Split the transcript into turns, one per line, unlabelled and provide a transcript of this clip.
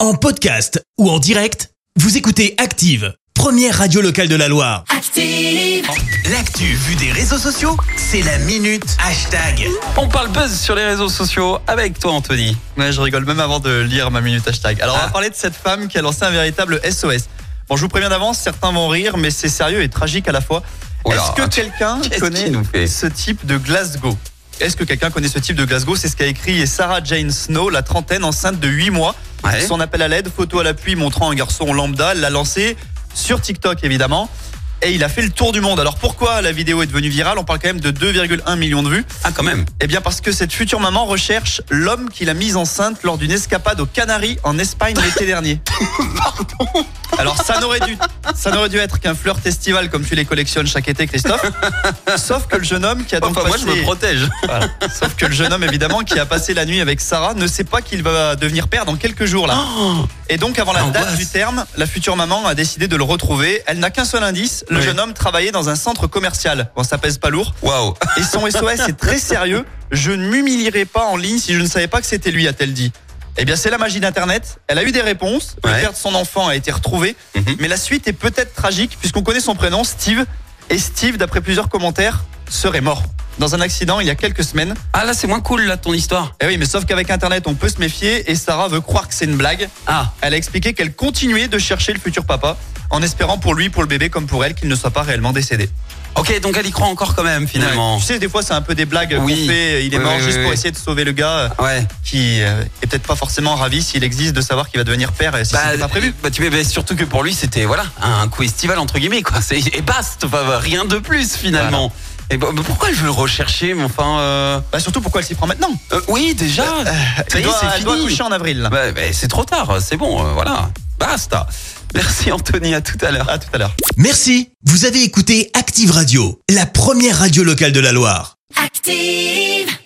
En podcast ou en direct, vous écoutez Active, première radio locale de la Loire.
Active.
L'actu vue des réseaux sociaux, c'est la minute hashtag.
On parle buzz sur les réseaux sociaux avec toi, Anthony.
Ouais, je rigole même avant de lire ma minute hashtag. Alors, on
Ah.
va parler de cette femme qui a lancé un véritable SOS. Bon, je vous préviens d'avance, certains vont rire, mais c'est sérieux et tragique à la fois.
Oh là,
Est-ce que
attends,
quelqu'un
qu'est-ce
connaît
qu'il nous fait
ce type de Glasgow Est-ce que quelqu'un connaît ce type de Glasgow C'est ce qu'a écrit Sarah Jane Snow, la trentaine, enceinte de 8 mois.
Ouais.
Son appel à l'aide, photo à l'appui montrant un garçon lambda, elle l'a lancé sur TikTok évidemment. Et il a fait le tour du monde. Alors pourquoi la vidéo est devenue virale On parle quand même de 2,1 millions de vues.
Ah, quand même.
Eh bien parce que cette future maman recherche l'homme qui l'a mise enceinte lors d'une escapade aux Canaries en Espagne l'été dernier. Pardon Alors ça n'aurait dû, ça n'aurait dû être qu'un fleur festival comme tu les collectionnes chaque été Christophe. Sauf que le jeune homme qui a donc
Enfin, moi, je
passé-
me protège.
voilà. Sauf que le jeune homme évidemment qui a passé la nuit avec Sarah ne sait pas qu'il va devenir père dans quelques jours
Ah.
là. Et donc avant la date
L'angoisse.
du terme, la future maman a décidé de le retrouver. Elle n'a qu'un seul indice, le
Oui.
jeune homme travaillait dans un centre commercial. Bon ça pèse pas lourd.
Waouh.
Et son SOS est très sérieux. Je ne m'humilierai pas en ligne si je ne savais pas que c'était lui, a-t-elle dit. Eh bien, c'est la magie d'Internet. Elle a eu des réponses.
Ouais.
Le père de son enfant a été retrouvé.
Mhm.
Mais la suite est peut-être tragique puisqu'on connaît son prénom, Steve. Et Steve, d'après plusieurs commentaires, serait mort dans un accident il y a quelques semaines.
Ah, là, c'est moins cool, là, ton histoire.
Eh oui, mais sauf qu'avec Internet, on peut se méfier et Sarah veut croire que c'est une blague.
Ah,
Elle a expliqué qu'elle continuait de chercher le futur papa en espérant pour lui, pour le bébé comme pour elle qu'il ne soit pas réellement décédé.
ok, donc elle y croit encore quand même, finalement.
Tu sais, des fois, c'est un peu des blagues
Oui.
qu'on fait. euh, Il est
Oui,
mort
oui,
juste
oui,
pour
oui.
essayer de sauver le gars euh,
Ouais.
qui euh, est peut-être pas forcément ravi s'il existe de savoir qu'il va devenir père et si c'était pas prévu.
bah, tu mais surtout que pour lui, c'était voilà un coup estival, entre guillemets, quoi. C'est- Et basta, enfin, rien de plus, finalement. Et bah, bah, pourquoi je veux le rechercher, mais enfin. euh,
Bah, surtout pourquoi elle s'y prend maintenant
euh, oui, déjà. Ça y
euh, Elle
est,
doit,
c'est
elle doit
fini.
accoucher en avril. là.
Bah, bah, c'est trop tard, c'est bon, euh, voilà. Basta. Merci, Anthony, à tout à l'heure.
À Ah, tout à l'heure.
Merci, vous avez écouté Active Radio, la première radio locale de la Loire.
Active.